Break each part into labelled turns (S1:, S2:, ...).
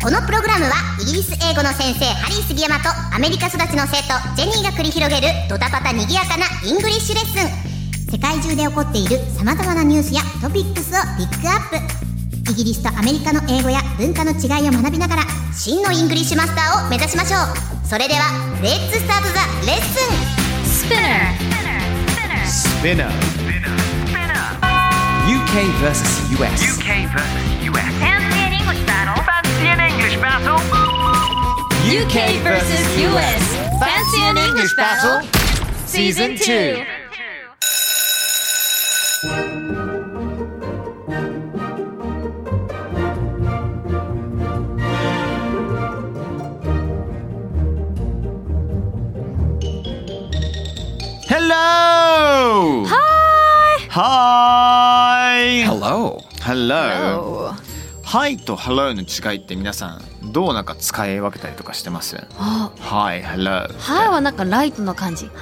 S1: このプログラムはイギリス英語の先生ハリー杉山とアメリカ育ちの生徒ジェニーが繰り広げるドタパタにぎやかなイングリッシュレッスン世界中で起こっている様々なニュースやトピックスをピックアップイギリスとアメリカの英語や文化の違いを学びながら真のイングリッシュマスターを目指しましょうそれではレッツスタートザレッスン
S2: Spinner. UK versus US.
S3: UK versus US. Fancy an English battle. Fancy an English
S2: UK versus US.
S3: battle. Fancy an English
S2: Season
S3: battle.
S2: 2.
S4: Hello! Hi! Hi!
S2: Hello.
S4: Hello! Hi と Hello の違いって皆さんどうなんか使い分けたりとかしてます ?Hi, Hello.
S5: はいはなんかライトな感じ。は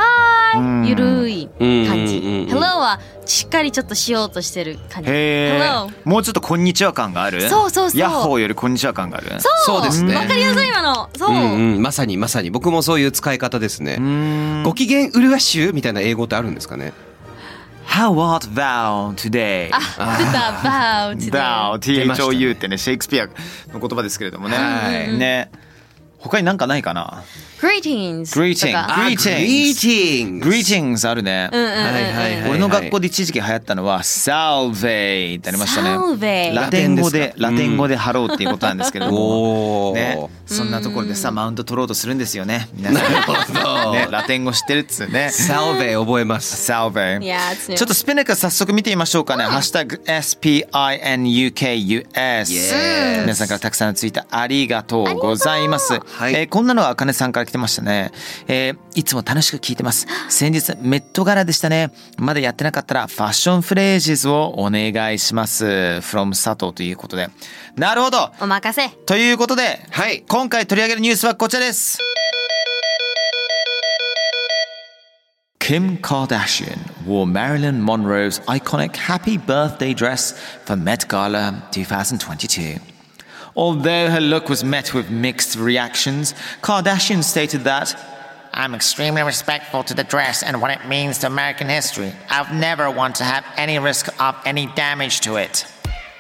S5: ーい。ゆるい感じ。
S6: うんうんうんうん
S5: Hello はしっかりちょっとしようとしてる感じ。
S4: へー
S5: Hello。
S4: もうちょっとこんにちは感がある
S5: そうそうそう
S4: ヤッホーよりこんにちは感がある
S5: そ
S6: そ
S5: う
S6: うですね
S5: わかりやすい今の。そ
S6: う
S5: う。
S6: んうん、まさにまさに僕もそういう使い方ですね。ご機嫌うるわしゅうみたいな英語ってあるんですかね。
S4: How art thou today?
S5: あ、あ about
S4: thou,
S5: だ。
S4: THOU ってね、シェイクスピアの言葉ですけれどもね。
S6: はい
S4: ね。他になんかないかな
S5: Greetings と
S4: Greeting
S5: か。
S4: Greetings
S6: グリーティング。
S4: ?Greetings あるね。
S5: うんうんうん。
S6: はいはいはい。
S4: 俺の学校
S6: で。
S4: で一時期流行ったのは「Salve」ってありましたね。
S5: Salve
S4: ラテン語でラ
S6: ラテン
S4: テ
S6: ですか
S4: ン語で「ハロー」っていうことなんですけれども。
S6: おお。
S4: ね、そんなところでさマウント取ろうとするんですよね皆さんねラテン語知ってるっつうね
S6: サオベ覚えます。
S4: Salve
S5: Yeah, it's new.
S4: ちょっとスピネから早速見てみましょうかね「ハッシュタグ #SPINUKUS」皆さんからたくさんのツイートありがとうございます、
S6: い
S4: えーこんなのはあかねさんから来てましたね、えーいつも楽しく聞いてます先日メットガラでしたねまだやってなかったらファッションフレージズをお願いします from 佐藤ということでなるほど
S5: お任せ。
S4: ということで、
S6: はい
S4: 今回取り上げるニュースはこちらです。Kim Kardashian wore Marilyn Monroe's iconic Happy Birthday dress for Met Gala 2022. Although her look was met with mixed reactions, Kardashian stated that
S7: I'm extremely respectful to the dress and what it means to American history. I've never want to have any risk of any damage to it.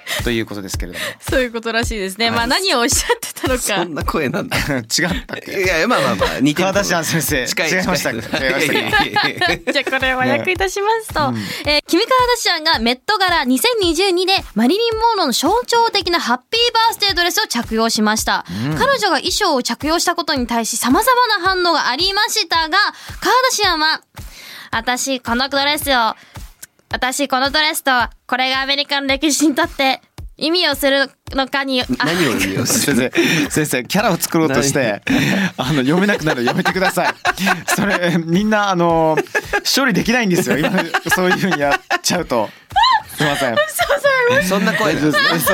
S4: ということですけれども
S5: そういうことらしいですね。まあ何をおっしゃってたの
S6: そ
S5: か
S6: ん。な声なんだ。
S4: 違ったっ
S6: い
S4: け
S6: やまあまあまあ似てる。
S4: 川田さん先生
S6: 近い
S4: 違いました
S6: 近
S4: 違いました
S6: いやいやいやいや
S5: じゃあこれを和訳いたしますと、えーキム・カーダシアンがメット柄2022でマリリン・モーローの象徴的なハッピーバースデードレスを着用しました、彼女が衣装を着用したことに対し様々な反応がありましたがカーダシアンは「私このドレスを私このドレスとこれがアメリカの歴史にとって意味をするのかにあ
S6: 何を言うの
S4: 先生先生キャラを作ろうとしてあの読めなくなるのやめてくださいそれみんなあの処理できないんですよ今そういうふうにやっちゃうとすいません
S6: そんな声
S4: 大丈
S6: なん
S4: 夫
S6: だ。
S4: です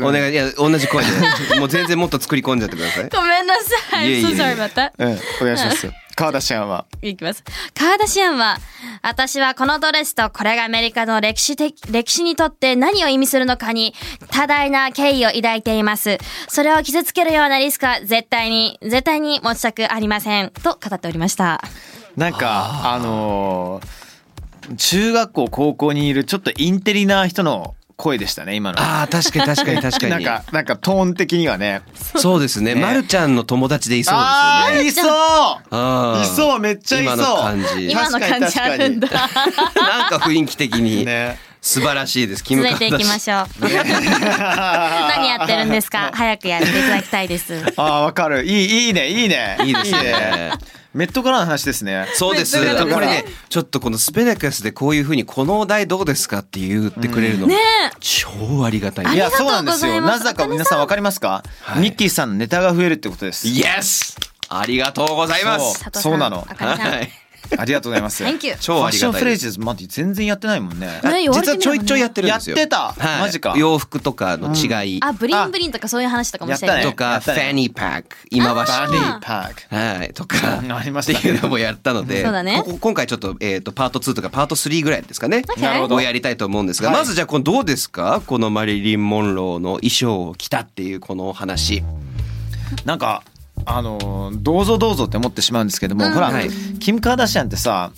S6: お願いいや同じ声でもう全然もっと作り込んじゃってください。
S5: ごめんなさい。
S6: いえいえいえ
S5: so sorry about that.
S4: うんうんお願いしますよ川田シャンはい
S5: きます。カーダシアンは、私はこのドレスとこれがアメリカの歴史的、歴史にとって何を意味するのかに多大な敬意を抱いています。それを傷つけるようなリスクは絶対に、絶対に持ちたくありません。と語っておりました。
S4: なんかあのー中学校高校にいるちょっとインテリな人の声でしたね今の
S6: ああ確かに確かに確か
S4: な
S6: に
S4: ん。かなんかトーン的にはね
S6: そうですね。
S4: ね
S6: まるちゃんの友達でいそうです
S4: あ
S6: よ
S4: ー
S6: ね。
S4: いそう
S6: あー
S4: いそうめっちゃいそう
S6: 今の感じ
S5: 今の感じあるんだ。
S6: なんか雰囲気的に
S4: ね
S6: 素晴らしいです。キム
S5: 続
S6: カー
S5: いてい
S6: ダ
S5: きま
S6: シ
S5: しょう。 何やってるんで すか早くやっていただきたいです。
S4: ああ、わかる。いい、いいね、いいね。
S6: いいですね。
S4: メットからの話ですね。
S6: そうです。
S4: めっちゃ
S6: こ
S4: 良かった
S6: れね、ちょっとこのスペネクスでこういうふうにこのお題どうですかって言ってくれるの、超ありがたい。
S4: いや、
S5: ありがと
S4: そうう
S5: ご
S4: ない
S5: ざ
S4: ん
S5: ま
S4: ですすよ。なぜだか皆さんわかりますか、ミッキーさんのネタが増えるってことです。
S6: Yes。ありがとうございます
S5: 佐藤さん
S4: そうなの
S5: あかりさん
S6: はい
S4: ありがとうございます。
S5: Thank you
S6: 超あり
S4: ファッション
S6: がたい
S4: フレーズまだ全然やってないもんね。
S5: ね言われ
S6: 実
S5: てみれば
S6: はちょいちょいやってるん
S4: や
S6: で
S4: っ
S6: すよ
S4: てた、
S6: はい
S4: マジか。
S6: 洋服とかの違い
S5: あブリンブリンとかそういう話とかもして
S4: やった
S5: る
S4: ね
S6: とか、フ
S4: やった
S6: ァニーパック今は
S4: バニーパック。
S6: はいとか
S4: うん ありま
S6: っ
S4: してたね
S6: いうのもやったので
S5: そうだね
S6: ここ今回ちょっと,、えー、とパート2とかパート3ぐらいですかね
S5: Okay なるほ
S4: ど
S6: をやりたいと思うんですが、
S4: はい
S6: まずじゃあこのどうですかこのマリリン・モンローの衣装を着たっていうこのお話
S4: なんかあのーどうぞどうぞって思ってしまうんですけども、ほら、
S6: はい
S4: キム・カーダシアンってさ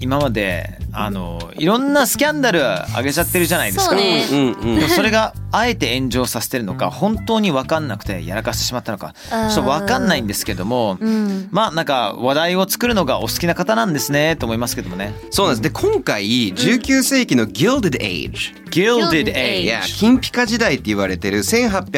S4: 今まであのーいろんなスキャンダル上げちゃってるじゃないです
S5: そ
S4: か。
S5: うね
S6: うんうん
S4: でもそれがあえて炎上させてるのか本当に分かんなくてやらかしてしまったのかちょっと分かんないんですけども、
S5: ん
S4: まあなんか話題を作るのがお好きな方なんですねと思いますけどもね。
S6: そうなんですで今回19世紀の Gilded Age、
S4: Gilded
S5: Age
S6: いや
S4: Age
S6: 金ピカ時代って言われてる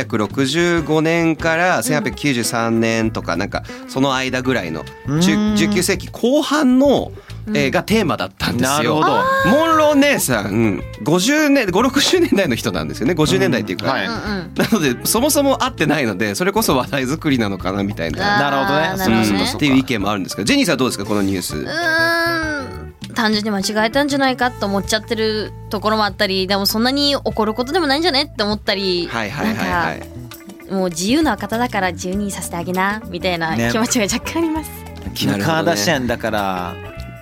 S6: 1865年から1893年とかなんかその間ぐらいの10 19世紀後半の、えーがテーマだったんですよ。
S4: なるほど
S6: モンロー姉さん50年560年代の人なんですよね50年代っていうか、
S4: はい
S6: なのでそもそも会ってないのでそれこそ話題作りなのかなみたい
S4: な
S6: な。
S4: るほどね
S5: あーな
S6: う
S5: る
S6: ん
S5: ほどね
S6: っていう意見もあるんですけどジェニーさんどうですかこのニュース。
S5: うーん単純に間違えたんじゃないかと思っちゃってるところもあったりでもそんなに怒ることでもないんじゃねって思ったり、
S6: はいはいはいはい
S5: な。んかもう自由な方だから自由にさせてあげなみたいな
S4: ね
S5: 気持ちが若干あります、
S4: キム・カーダシアンだから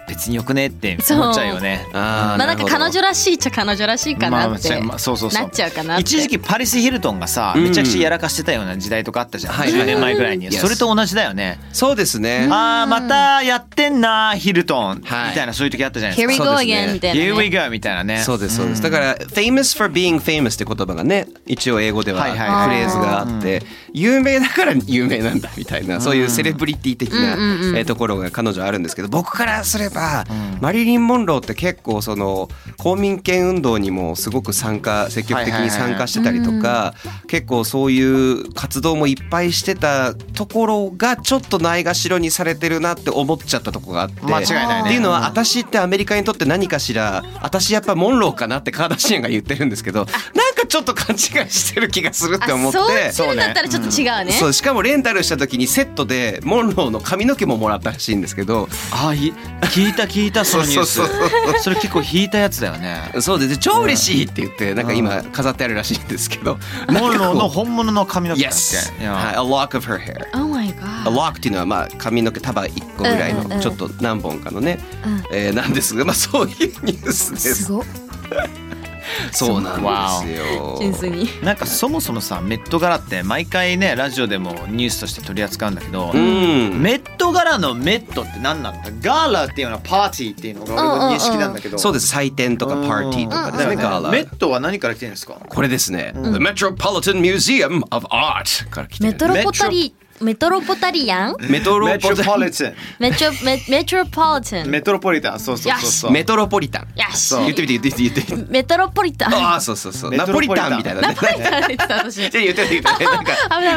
S4: 別によくねって思っちゃうよね。
S6: あー
S5: まあなん
S6: る
S5: か
S6: ほど
S5: 彼女らしいっちゃ彼女らしいかなって、
S4: まあまあそうそうそう
S5: なっちゃうかなって
S4: 一時期パリス・ヒルトンがさ
S6: うん
S4: めちゃくちゃやらかしてたような時代とかあったじゃん、
S6: はい
S4: 10年前ぐらいに、
S6: うん
S4: それと同じだよね、
S6: そうですね。
S4: あーまたやってんなヒルトン、み
S6: はい
S4: たいなそういう時あったじゃないで
S5: Here
S4: す
S5: we
S4: か
S6: そ
S5: go
S6: うです
S5: again
S6: ね
S5: みたい
S4: Here
S5: な、ね
S4: we go みたいなね
S6: そうですそうです。だから famous for being famous って言葉がね、一応英語ではフ
S4: は
S6: レ
S4: いはいはい
S6: ーズがあって、有名だから有名なんだみたいな、そういうセレブリティ的なえーところが彼女あるんですけど、僕からすればマリリン・モンローって結構その公民権運動にもすごく参加積極的に参加してたりとか、結構そういう活動もいっぱいしてたところがちょっとないがしろにされてるなって思っちゃったとこがあって、
S4: 間違いないね
S6: っていうのは私ってアメリカにとって何かしら私やっぱモンローかなってカーダシアンが言ってるんですけどなんかちょっと勘違いしてる気がするって思
S5: あ
S6: って
S5: そう言ってるんだったらちょっと違うね
S6: そうしかもレンタルした時にセットでモンローの髪の毛ももらったらしいんですけど
S4: あーい聞いた聞いたそのニュース
S6: そうそう
S4: それ結構引いたやつだよね
S6: そうです超嬉しいって言ってなんか今飾ってあるらしいんですけど
S4: モンローの本物の髪の毛だっけ
S6: Yes、
S4: いや
S6: はい、a lock of her hair
S5: Oh my
S6: A
S5: god
S6: lock っていうのはまあ髪の毛束1個ぐらい
S5: うんうんうん
S6: のちょっと何本かのね、えーなんですが、まあ、そういうニュースです
S5: すごっ
S6: そうなんですよ。
S5: 純粋に
S4: なんかそもそもさメット柄って毎回ねラジオでもニュースとして取り扱うんだけど、
S6: うん
S4: メット柄のメットって何なんだガーラっていうのはパーティーっていうのが俺の認識なんだけど、
S6: そう
S4: で
S6: です祭典とかパーティーとかですねガーラ
S4: メットは何から来てるんですか
S6: これですね、The Metropolitan Museum of Art から来て
S5: メ
S6: る
S5: トロポタリメトロポタリアン
S6: メトロ
S4: メトロポ
S6: ポ
S4: リタ
S5: メトロメメトロポリタ
S4: ン
S5: ン
S4: メトロポリタンそうそうそうそう
S6: メトロポリタン
S5: よし
S4: そう
S6: 言ってみて言って言って言って
S5: メトロポリタン
S6: ああそうそうそう
S4: メ
S6: ナ
S4: トロ
S6: ポ
S4: ポ
S6: リ
S4: リタン
S6: タンみたいなね
S5: って言ってた私
S6: じゃあ言って言って言っ てなんか
S5: 危ない危ない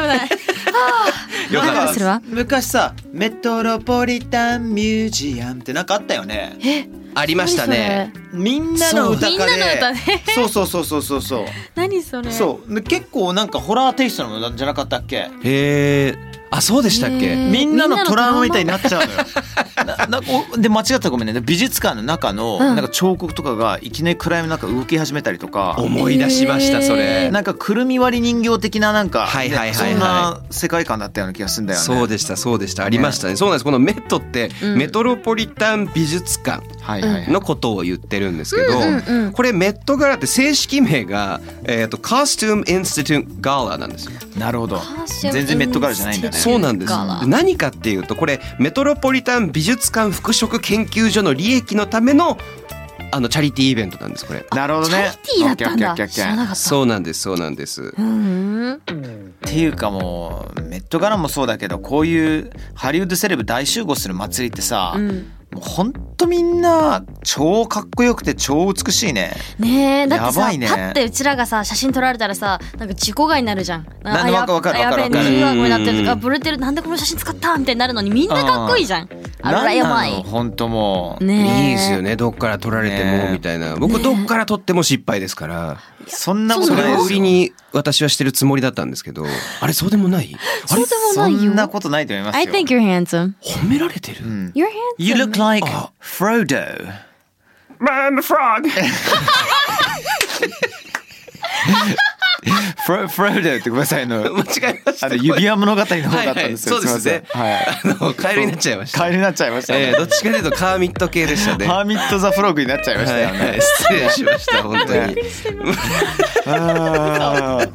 S6: よ
S4: なん
S6: か
S4: か
S6: っ
S5: それは
S4: 昔さメトロポリタンミュージアムってなんかあったよね
S6: たありましたね
S4: みんなの歌かで
S5: そうみんなの歌ね
S4: そうそうそうそうそうそう
S5: 何それ
S4: そうで結構なんかホラーテイストのものじゃなかったっけ
S6: へえあそうでしたっ
S5: へー
S6: け
S4: みんなのトラウマみたいになっちゃうのよ。なな おで間違ったらごめんねで美術館の中のなんか彫刻とかがいきなり暗闇の中動き始めたりとか、
S6: 思い出しましたそれ
S4: なんかくるみ割り人形的ななんか、
S6: はいはいはいはい
S4: ねそんな世界観だったような気がするんだよね。
S6: そうでしたそうでしたありましたねそうなんですこのメットってメトロポリタン美術館
S4: はいはいはい、
S6: のことを言ってるんですけど、これメットガラって正式名が、えー、とカスチューム・インスティテュート・ガーラなんですよ。
S4: なるほど
S5: ー
S4: 全然メットガラじゃないんだね。
S6: そうなんです
S5: ガラ
S6: 何かっていうとこれメトロポリタン美術館服飾研究所の利益のためのあのチャリティーイベントなんですこれ。
S4: なるほど
S5: チャ
S4: ね
S5: リ。ティーだったんだ
S4: オッケーオッケーオッケーオッ
S5: 知
S4: ケー
S5: らなかった
S6: そうなんですそうなんです。
S5: うん
S4: っていうかもうメットガラもそうだけどこういうハリウッドセレブ大集合する祭りってさ、もうほんとみんな超かっこよくて超美しいね。
S5: ねえだって
S4: や
S5: さ、
S4: ばいね
S5: パってうちらがさ写真撮られたらさなんか自己害になるじゃん
S4: なんでわかわかる
S5: あや
S4: わかる
S5: あやべえ
S4: わかる
S5: 自己害になってると
S6: う
S5: か
S6: ん
S5: ブルーテルなんでこの写真使ったみたいになるのにみんなかっこいいじゃんあらやば
S4: なんないの本当もう、
S5: ねえ
S6: いいですよねどっから取られて
S4: ね
S6: もみたいな僕どっから取っても失敗ですから
S4: そんなこと
S6: そ
S4: ない
S6: れ
S4: です
S6: を
S4: よ
S6: 売りに私はしてるつもりだったんですけどあれそうでもないあれ
S5: そ
S4: そ
S5: んなことないよ
S4: んなことないと思います
S5: I
S4: よ。
S5: think you're handsome
S6: 褒められてる、
S5: You're handsome
S4: You look like Frodo.
S6: I'm a frog
S4: Fro- Frodo ってごめんなさいあの。
S6: 間違えました
S4: あの指輪物語の方だったんですよ。
S6: はいはいそうですね
S4: いませんはい。
S6: あのカエルになっちゃいました
S4: カエルになっちゃいましたね。
S6: えーどっちかというとカーミット系でしたね
S4: ハーミット・ザ・フログになっちゃいましたよ
S6: はいは
S4: ね。
S6: い失礼しました本 当に
S4: あ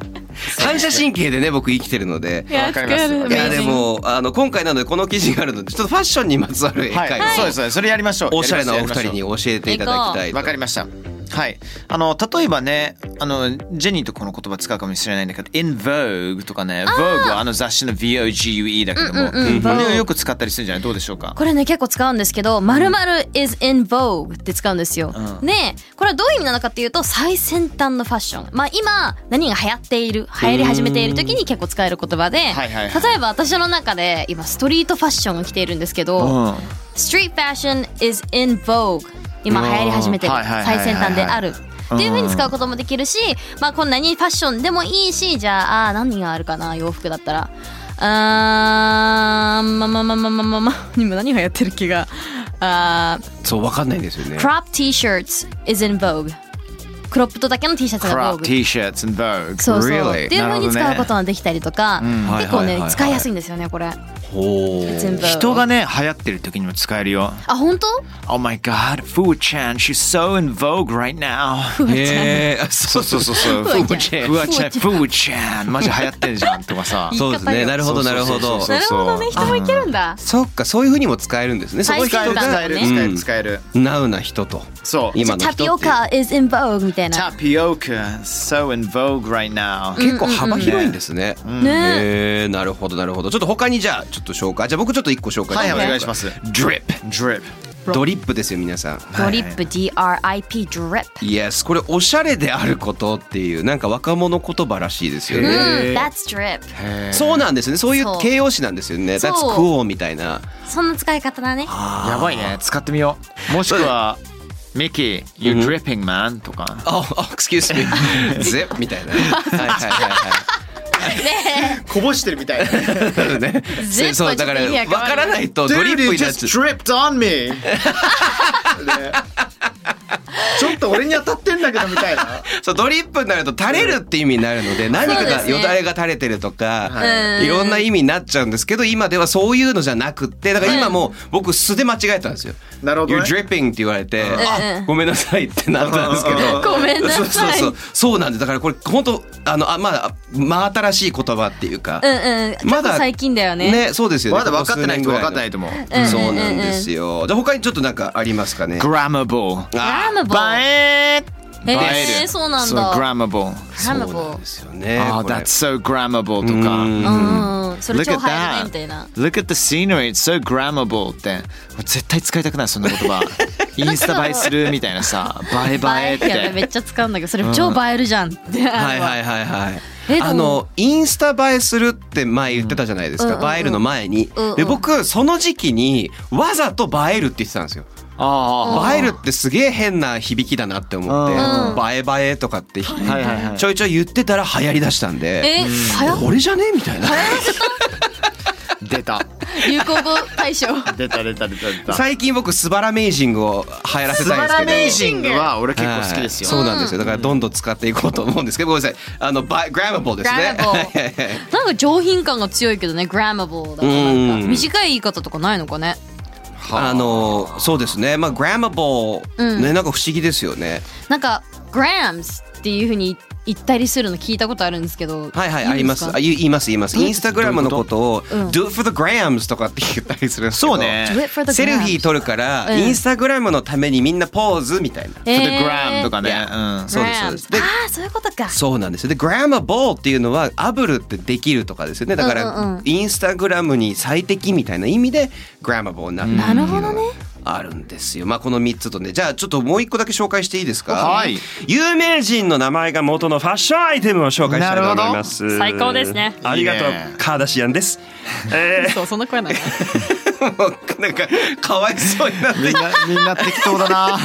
S6: 反射神経でね僕生きてるので
S4: ーわかりますわかり
S6: い
S4: ま
S6: や
S4: す。
S6: でもあの今回なのでこの記事があるのでちょっとファッションにまつわる英
S4: はい、
S6: 会
S4: そう
S6: 話
S4: ですね。それやりましょう。
S6: をおしゃれなお
S4: や
S6: 二
S4: りましょう
S6: 人に教えていただきたいと
S4: わかりました。はい。あの、例えばね、あの、ジェニーとこの言葉使うかもしれないんだけど、in vogue とかね、vogue はあの雑誌の VOGUE だけども、これをよく使ったりするんじゃないどうでしょうか
S5: これね結構使うんですけど「まる is in vogue」って使うんですよ。でこれはどういう意味なのかっていうと最先端のファッション。まあ今何が流行っている流行り始めている時に結構使える言葉で、
S4: はいはいはい
S5: 例えば私の中で今ストリートファッションが来ているんですけど、
S4: うん。
S5: Street fashion is in vogue 今流行り始めてる
S4: うんはいはいはいはい
S5: 最先端であるっていう風に使うこともできるしまあこんなにファッションでもいいしじゃああー何があるかな洋服だったらあーまあまあまあまあまあまあまあ今何がやってる気があー
S6: そうわかんないんですよね
S5: crop t-shirts is in vogue クロップとだけの T シャツ
S4: c
S5: が
S4: r o
S5: vogue
S4: p T-shirts and Vogue
S5: そうそう、
S6: Really？
S5: っていう風に使うことができたりとか、
S6: はい
S5: 結構
S6: はいはい
S5: ね
S6: はい
S5: 使いやすいんですよねこれ
S6: ほう
S5: 全部
S4: 人がね流行ってる時にも使えるよ
S5: あ本当
S4: Oh my god, Fu Chan, she's so in vogue right now
S6: へえあそうそうそうそう
S5: ふわちゃん
S4: フワちゃん、フーちゃん、マジ流行ってるじゃんとかさ。
S6: そうですねなるほどなるほど
S4: そうそうそうそう
S5: なるほどね人もいけるんだ
S6: そっかそういうふうにも使えるんですねそ
S5: 最
S6: の人
S5: 先
S6: が
S5: 端だ
S4: 使える、使え
S6: うん
S4: る、使える。
S6: ナウな人と
S4: そう。
S6: 今の人
S5: タ
S6: ってい
S5: ピ
S6: う
S5: オカ is in vogue みたいな。
S4: タピオカ、so in vogue right now。
S6: 結構幅広いんですね。
S5: ね
S6: へえなるほどなるほど。ちょっと他にじゃあちょっと紹介。じゃあ僕ちょっと一個紹介
S4: はい、
S6: て
S4: お
S6: も
S4: 願
S6: ら
S4: いします。
S6: Drip
S4: Drip。
S6: ドリップですよ皆さん。
S5: ドリップ DRIP ドリップ。
S6: Yes これおしゃれであることっていうなんか若者言葉らしいですよ
S5: うん
S6: ね。、
S5: That's drip。
S6: そうなんですね。そういう
S5: そう
S6: 形容詞なんですよね。
S5: そう
S6: That's cool みたいな。
S5: そんな使い方だね。
S4: やばいね、使ってみよう。もしくは、ミキ、you're dripping man とか。
S6: あ、あ excuse me ぜみたいな。はいはいはいはい。
S4: こぼしてるみたいな。
S6: なるほどね。
S5: ゼップ
S6: そう
S5: はちょ
S6: だ
S5: っ
S6: から
S5: と意味
S6: わ
S5: わかんな
S6: から
S5: い
S6: ないと ドリップになっちゃう。
S4: dripped on me ちょっと俺に当たってんだけどみたいな
S6: そうドリップになると垂れるって意味になるので何か
S5: そうで
S6: が
S5: すね
S6: よだれが垂れてるとか、
S5: うん
S6: いろんな意味になっちゃうんですけど今ではそういうのじゃなくってだから今もう僕素で間違えたんですよ。
S4: なるほどね
S6: You're dripping って言われて、
S5: う
S6: あ
S5: ん
S6: ごめんなさいってなったんですけど。
S5: ごめんな
S6: そうそう
S5: さい。
S6: そううそうなんでだからこれ本当あのあまだ真新しい言葉っていうか、
S5: んうん。ま
S6: まだ
S5: だ最近だよね。
S6: ねそう ですよね
S4: まだ分かってない人分かってないと思う
S5: うんうん
S6: そうなんですよじゃあ他にちょっとなんかありますかね
S4: grammable
S5: ラムボー。
S4: 映え
S5: え
S4: 映え
S5: ー、
S4: る
S5: そうなん
S4: so
S5: だ。
S4: grammable
S5: ラム
S6: そう
S5: ボ
S6: なん
S5: ー
S6: で。すよね
S4: oh
S6: これ
S4: that's so grammable と
S6: うん
S4: か
S5: うんうん。それ
S4: Look
S5: 超
S4: at
S5: 流行るねみ
S4: that
S5: たいな。
S4: Look at the scenery it's so grammable って絶対使いたくないそんな言 葉インスタ映えするみたいなさ映え映えっ
S5: 映えやべめ
S4: て
S5: っちゃ使うんだけどそれ超映えるじゃん。。
S6: はいはいいはいはい
S5: え。
S6: あの
S5: でも
S6: インスタ映えするって前言ってたじゃないです
S5: うんうんうん
S6: か。映えるの前に
S5: うんう。ん
S6: で僕その時期にわざと映えるって言ってたんですよ。
S4: ああ
S6: 映えるってすげえ変な響きだなって思って、映え映えとかってち
S4: はいはいはい
S6: ょいちょい言ってたら流行りだしたんで。
S5: え、はや
S6: 俺じゃねみたいな。
S4: 出た
S5: 流行語 大賞。
S4: 出た出た出た出た
S6: 最近僕スバラメイジングを流行らせ
S4: ス
S6: たいん
S4: バ
S6: ですけど。
S4: ラメイジングは俺結構好きですよ
S6: はいそうなんですよ。だからどんどん使っていこうと思うんですけど、ごめんなさい。あのバグラマボーですね。
S5: Grammable なんか上品感が強いけどね、グラマブルだとなんか短い言い方とかないのかね。
S6: あのそうですね、まあ、グラマボー、ね、なんか不思議ですよね。
S5: なんかグラムスっていうふうに言ったりするの聞いたことあるんですけど。
S6: はいはい、あ
S5: い
S6: り
S5: いん
S6: ま
S5: です
S6: す。
S5: か
S6: あ、言い言います、言います。インスタグラムのことを、
S5: ん
S6: do it for the grams とかって言ったりするんですけど。
S4: そうね
S5: Do it for the
S6: セルフィー
S5: grams
S6: 撮るから、
S5: うん
S6: インスタグラムのためにみんなポーズみたいな。
S5: え
S4: for the gram とかね、
S6: Yeah
S4: うん
S6: そうですそうですで
S5: ああーそういうことか。
S6: そうなんですよでグラマボーっていうのはアブルってできるとかですよねだか
S5: うんうん
S6: ら
S5: うん
S6: インスタグラムに最適みたいな意味でグラマボーになったっていうのがあるんですよまあこの3つとねじゃあちょっともう1個だけ紹介していいですか
S4: はい
S6: 有名人の名前が元のファッションアイテムを紹介したいと思います
S5: なるほど最高ですね
S6: ありがとう
S4: いいね
S6: カーダシアンです
S5: そうそんな声なの。
S6: なんかかわいそうになって
S2: みんなみんな適当だ な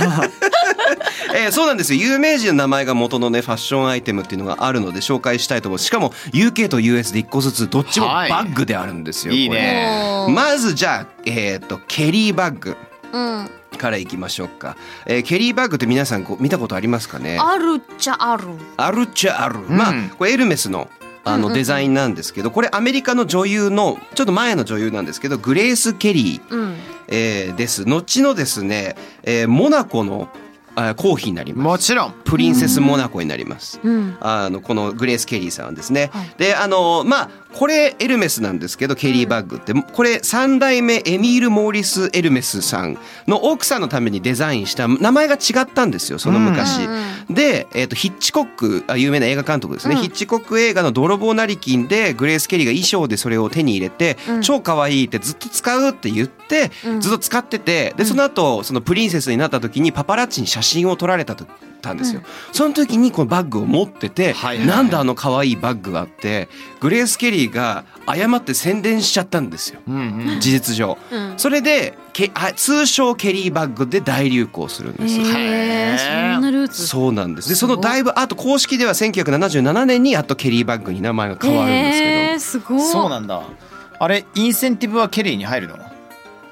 S6: えーそうなんですよ有名人の名前が元のねファッションアイテムっていうのがあるので紹介したいと思いますしかも UK と US で1個ずつどっちも
S2: はい
S6: バッグであるんですよ、
S2: いい
S6: これ
S2: ね
S6: まずじゃあえっ、とケリーバッグ
S5: うん、
S6: からいきましょうか、えーケリーバッグって皆さんこう見たことありますかね
S5: あるっちゃある。
S6: あるっちゃある、まあこれエルメスのあのデザインなんですけどこれアメリカの女優のちょっと前の女優なんですけどグレース・ケリー、
S5: うん、
S6: えーです後のですね、えーモナコのあー皇妃になります
S2: もちろん
S6: プリンセスモナコになります。
S5: うん、
S6: あのこのグレース・ケリーさんはですね、
S5: はい
S6: であのまあこれエルメスなんですけどケリーバッグってこれ3代目エミール・モーリス・エルメスさんの奥さんのためにデザインした名前が違ったんですよその昔、
S5: うんうん
S6: で、えー、とヒッチコックあ有名な映画監督ですね、ヒッチコック映画の「泥棒成金」でグレース・ケリーが衣装でそれを手に入れて、超可愛いってずっと使うって言って、ずっと使っててでその後そのプリンセスになった時にパパラッチに写真を撮られたとたんですよ、その時にこのバッグを持ってて、
S2: はいはい
S6: なんだあの可愛いバッグがあってグレース・ケリーが誤って宣伝しちゃったんですよ、事実上、
S5: うん
S6: それでけあ通称ケリーバッグで大流行するんですよ
S5: へえ、そんなルーツ。
S6: そうなんです。で、そのだいぶ後公式では1977年にやっとケリーバッグに名前が変わるんですけ
S5: え、すごい。
S2: そうなんだあれインセンティブはケリーに入るの
S6: ど、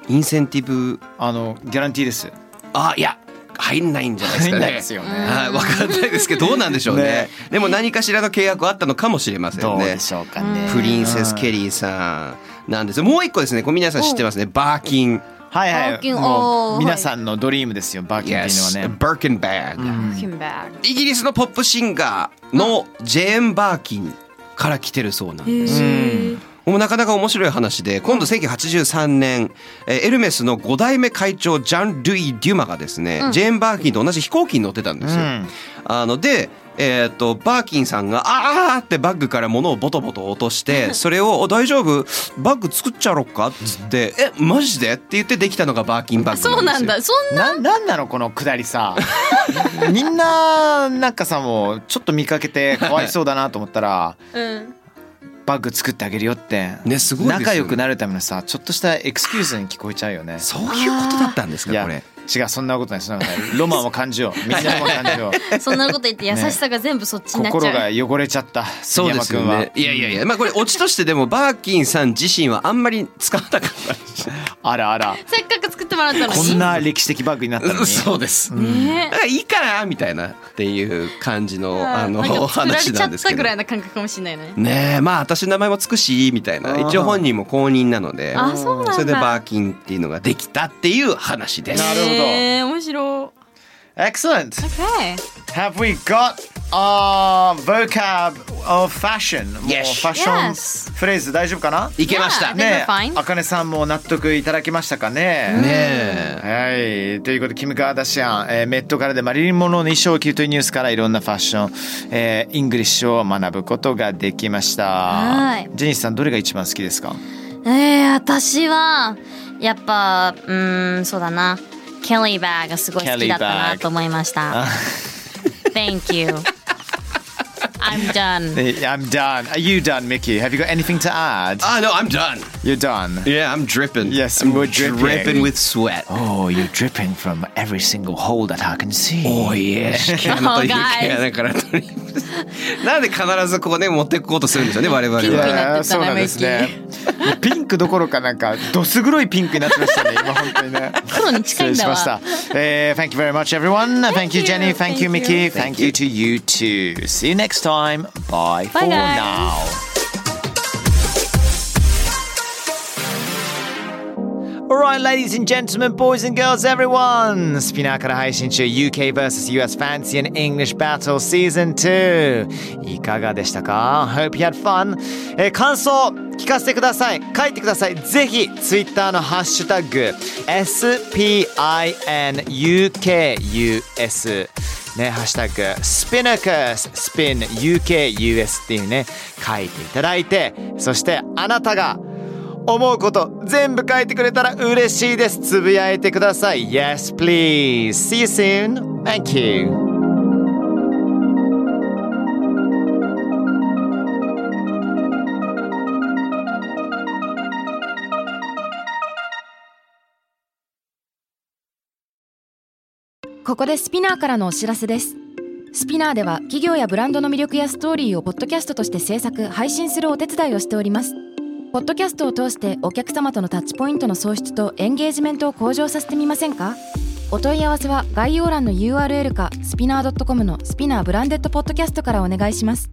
S6: インセンティブ
S2: あのギャランティーです
S6: あいや入んないんじゃないです
S2: 入
S6: か
S2: ん
S6: ね。
S2: ないですよね
S6: はい、わかんないですけどどうなんでしょうね。
S2: ね
S6: でも何かしらの契約はあったのかもしれませんね。
S2: どうでしょうかね
S6: プリンセスケリーさんなんです。もう一個ですね。これ皆さん知ってますね。バーキン。
S2: はいは
S5: バー
S2: い
S5: キン
S2: も
S5: おー
S2: う皆さんのドリームですよバーキンっていうのはね
S6: Yes. バーキンバッグ。
S5: Fucking bag
S6: イギリスのポップシンガーのジェーン・バーキンから来てるそうなんです。
S5: へえ
S6: もうなかなか面白い話で今度1983年、えーエルメスの5代目会長ジャン・ルイ・デュマがですね、ジェーン・バーキンと同じ飛行機に乗ってたんですよ。
S2: うん
S6: あので、えー、とバーキンさんが「ああ!」ってバッグから物をボトボト落としてそれをお「大丈夫バッグ作っちゃろっか」っつって「えマジで?」って言ってできたのがバーキンバッグ
S5: そうなん
S6: ですよ
S5: だ。そんな。
S2: ななんなのこのくだりさ みんななんかさもうちょっと見かけてかわいそうだなと思ったら
S5: うん。
S2: バッグ作ってあげるよって、
S6: ねすごいですよね
S2: 仲良くなるためのさちょっとしたエクスキューズに聞こえちゃうよね
S6: そういうことだったんです
S2: い
S6: か
S2: や
S6: これ。
S2: 違うそんなことないそんなことないロマンを感じ ようみんなも感じよう
S5: そんなこと言って優しさが全部そっちになっち
S2: 心
S5: ゃ
S2: が
S5: う。
S2: 汚れちゃった杉
S6: そうで
S2: 山
S6: す
S2: 君
S6: よ
S2: は、
S6: ね。いやいやいや、まあこれオチとしてでもバーキンさん 自身はあんまり使わなかったらしい
S2: あらあら
S5: せっかく作ってもらったのに。
S2: こんな歴史的バッグになったのに
S6: そうです。
S5: ね
S6: だからいいかなみたいなっていう感じのあの
S5: なん
S6: お
S5: か作られ
S6: 話
S5: ち
S6: な
S5: ゃ
S6: ん
S5: っ
S6: です
S5: た
S6: け
S5: ぐ
S6: ど
S5: らい。な感覚かもしれないね。
S6: ねえまあ私の名前もつくしみたいな一応本人も公認なので
S5: あそうなんだ
S6: それでバーキンっていうのができたっていう話です。
S2: なるほど
S5: へー面白
S2: Excellent
S5: い。Okay.
S4: Have we got our vocab of fashion? もう
S6: Yes.
S4: ファッション
S5: Yes.
S4: フレーズ大丈夫かない
S6: けました。
S5: Yeah.
S6: ね
S4: ね
S5: They were fine.
S4: あかねさんも納得いただけましたかね
S6: え。
S4: はい。ということで、キム・カーダシアン、えーメットからでマリリン・モンローの衣装を着るというニュースからいろんなファッション、えーイングリッシュを学ぶことができました。
S5: はい
S4: ジェニスさん、どれが一番好きですか
S5: えー、私はやっぱうーんそうだなケリーバーがすごい好きだったなと思いました。Thank you. I'm done.
S4: Eh, I'm done. Are you done, Mickey? Have you got anything to add?
S6: Ah no, I'm done.
S4: You're done.
S6: Yeah, I'm dripping.
S4: Yes,
S6: I'm
S4: we're dripping.
S6: dripping with sweat.
S4: Oh, you're dripping from every single hole that I can see.
S6: Oh yes. キャナという
S5: Oh, guys.
S6: キ ャナから取りなんで必ずこうね持っていこうとするんでしょうね我々
S5: ピンクに
S6: は。
S5: なってた
S4: そ
S5: な
S4: うなんですね。 ピンクどころかなんかどす黒いピンクになってましたね。 今本当にね。
S5: 黒に近いんだわ
S4: 失礼しました。えー thank you very much, everyone. Thank you,
S5: you.
S4: Jenny. Thank you,
S5: Thank
S4: Mickey. Thank you to you too. See you next time. Bye for
S5: Bye, guys.
S4: now. Alright, ladies and gentlemen, boys and girls, everyone! スピナーから配信中 UK vs.US Fancy and English Battle Season 2! いかがでしたか ?Hope you had fun! えー感想聞かせてください書いてくださいぜひ Twitter のハッシュタグ SPINUKUS ね、ハッシュタグ、スピナカス、スピン UKUS っていうね、書いていただいて、そしてあなたが思うこと全部書いてくれたら嬉しいです。つぶやいてください。Yes, please. See you soon. Thank you.
S8: ここでスピナーからのお知らせですスピナーでは企業やブランドの魅力やストーリーをポッドキャストとして制作配信するお手伝いをしておりますポッドキャストを通してお客様とのタッチポイントの創出とエンゲージメントを向上させてみませんかお問い合わせは概要欄の URL かスピナー .com のスピナーブランデッドポッドキャストからお願いします